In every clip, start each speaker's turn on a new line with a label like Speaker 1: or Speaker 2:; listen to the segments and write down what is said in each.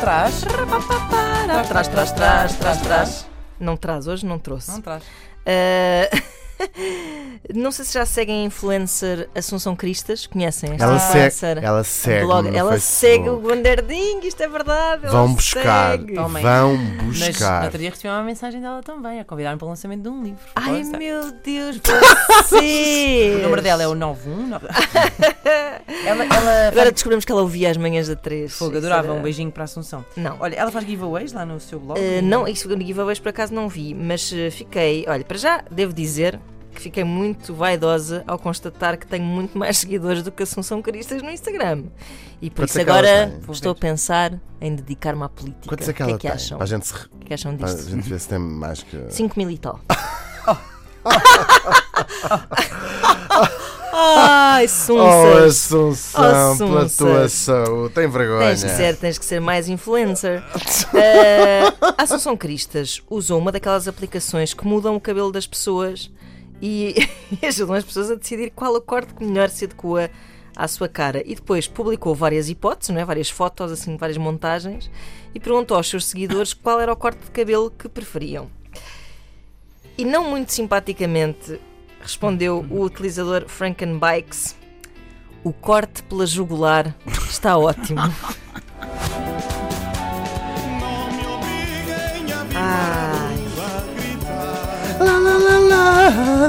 Speaker 1: trás. Trás, trás, trás, trás, trás. Não traz, hoje não trouxe.
Speaker 2: Não traz.
Speaker 1: Ah, não sei se já seguem a influencer Assunção Cristas. Conhecem esta
Speaker 3: Ela
Speaker 1: influencer?
Speaker 3: segue, ela segue,
Speaker 1: Ah, Blog-
Speaker 3: no
Speaker 1: ela segue o
Speaker 3: Facebook.
Speaker 1: Gondardinho, isto é verdade. ela
Speaker 3: Vão buscar,
Speaker 1: segue.
Speaker 2: Tomem.
Speaker 3: vão
Speaker 2: Mas no
Speaker 3: buscar.
Speaker 2: outro dia recebi uma mensagem dela também, a convidar-me para o lançamento de um livro.
Speaker 1: Ai
Speaker 2: Força.
Speaker 1: meu Deus, vocês!
Speaker 2: O número dela é o 91. não- ela ela
Speaker 1: Agora descobrimos que ela ouvia as manhãs da 3.
Speaker 2: Fogo, adorava. Um beijinho para a Assunção.
Speaker 1: Não.
Speaker 2: Olha, ela faz giveaways lá no seu blog?
Speaker 1: Eh, não, isso segundo giveaways por acaso não vi, mas eh, fiquei, olha, para já devo dizer que fiquei muito vaidosa ao constatar que tenho muito mais seguidores do que Assunção Caristas no Instagram. E por
Speaker 3: Quantos
Speaker 1: isso
Speaker 3: é que ela
Speaker 1: agora
Speaker 3: tem?
Speaker 2: Vou
Speaker 1: estou a
Speaker 2: ver.
Speaker 1: pensar em dedicar-me à política.
Speaker 3: Quantos é que
Speaker 1: o que
Speaker 3: ela
Speaker 1: é que
Speaker 3: tem?
Speaker 1: acham?
Speaker 3: Para a gente, se,
Speaker 1: O que é que acham
Speaker 3: para a
Speaker 1: disto?
Speaker 3: gente ver se tem mais que.
Speaker 1: 5 mil e tal. Ai,
Speaker 3: Oh,
Speaker 1: Sunsas!
Speaker 3: Assunção,
Speaker 1: Oh,
Speaker 3: pela
Speaker 1: Sunsas.
Speaker 3: tua saúde. Tem vergonha.
Speaker 1: Tens que, ser, tens que ser mais influencer. Ah, a Assunção Cristas usou uma daquelas aplicações que mudam o cabelo das pessoas e ajudam as pessoas a decidir qual o corte que melhor se adequa à sua cara. E depois publicou várias hipóteses, não é? várias fotos, assim, várias montagens, e perguntou aos seus seguidores qual era o corte de cabelo que preferiam. E não muito simpaticamente respondeu o utilizador Frankenbikes: O corte pela jugular está ótimo. Ah. Ai,
Speaker 3: La, la, la, la, la,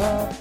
Speaker 3: la.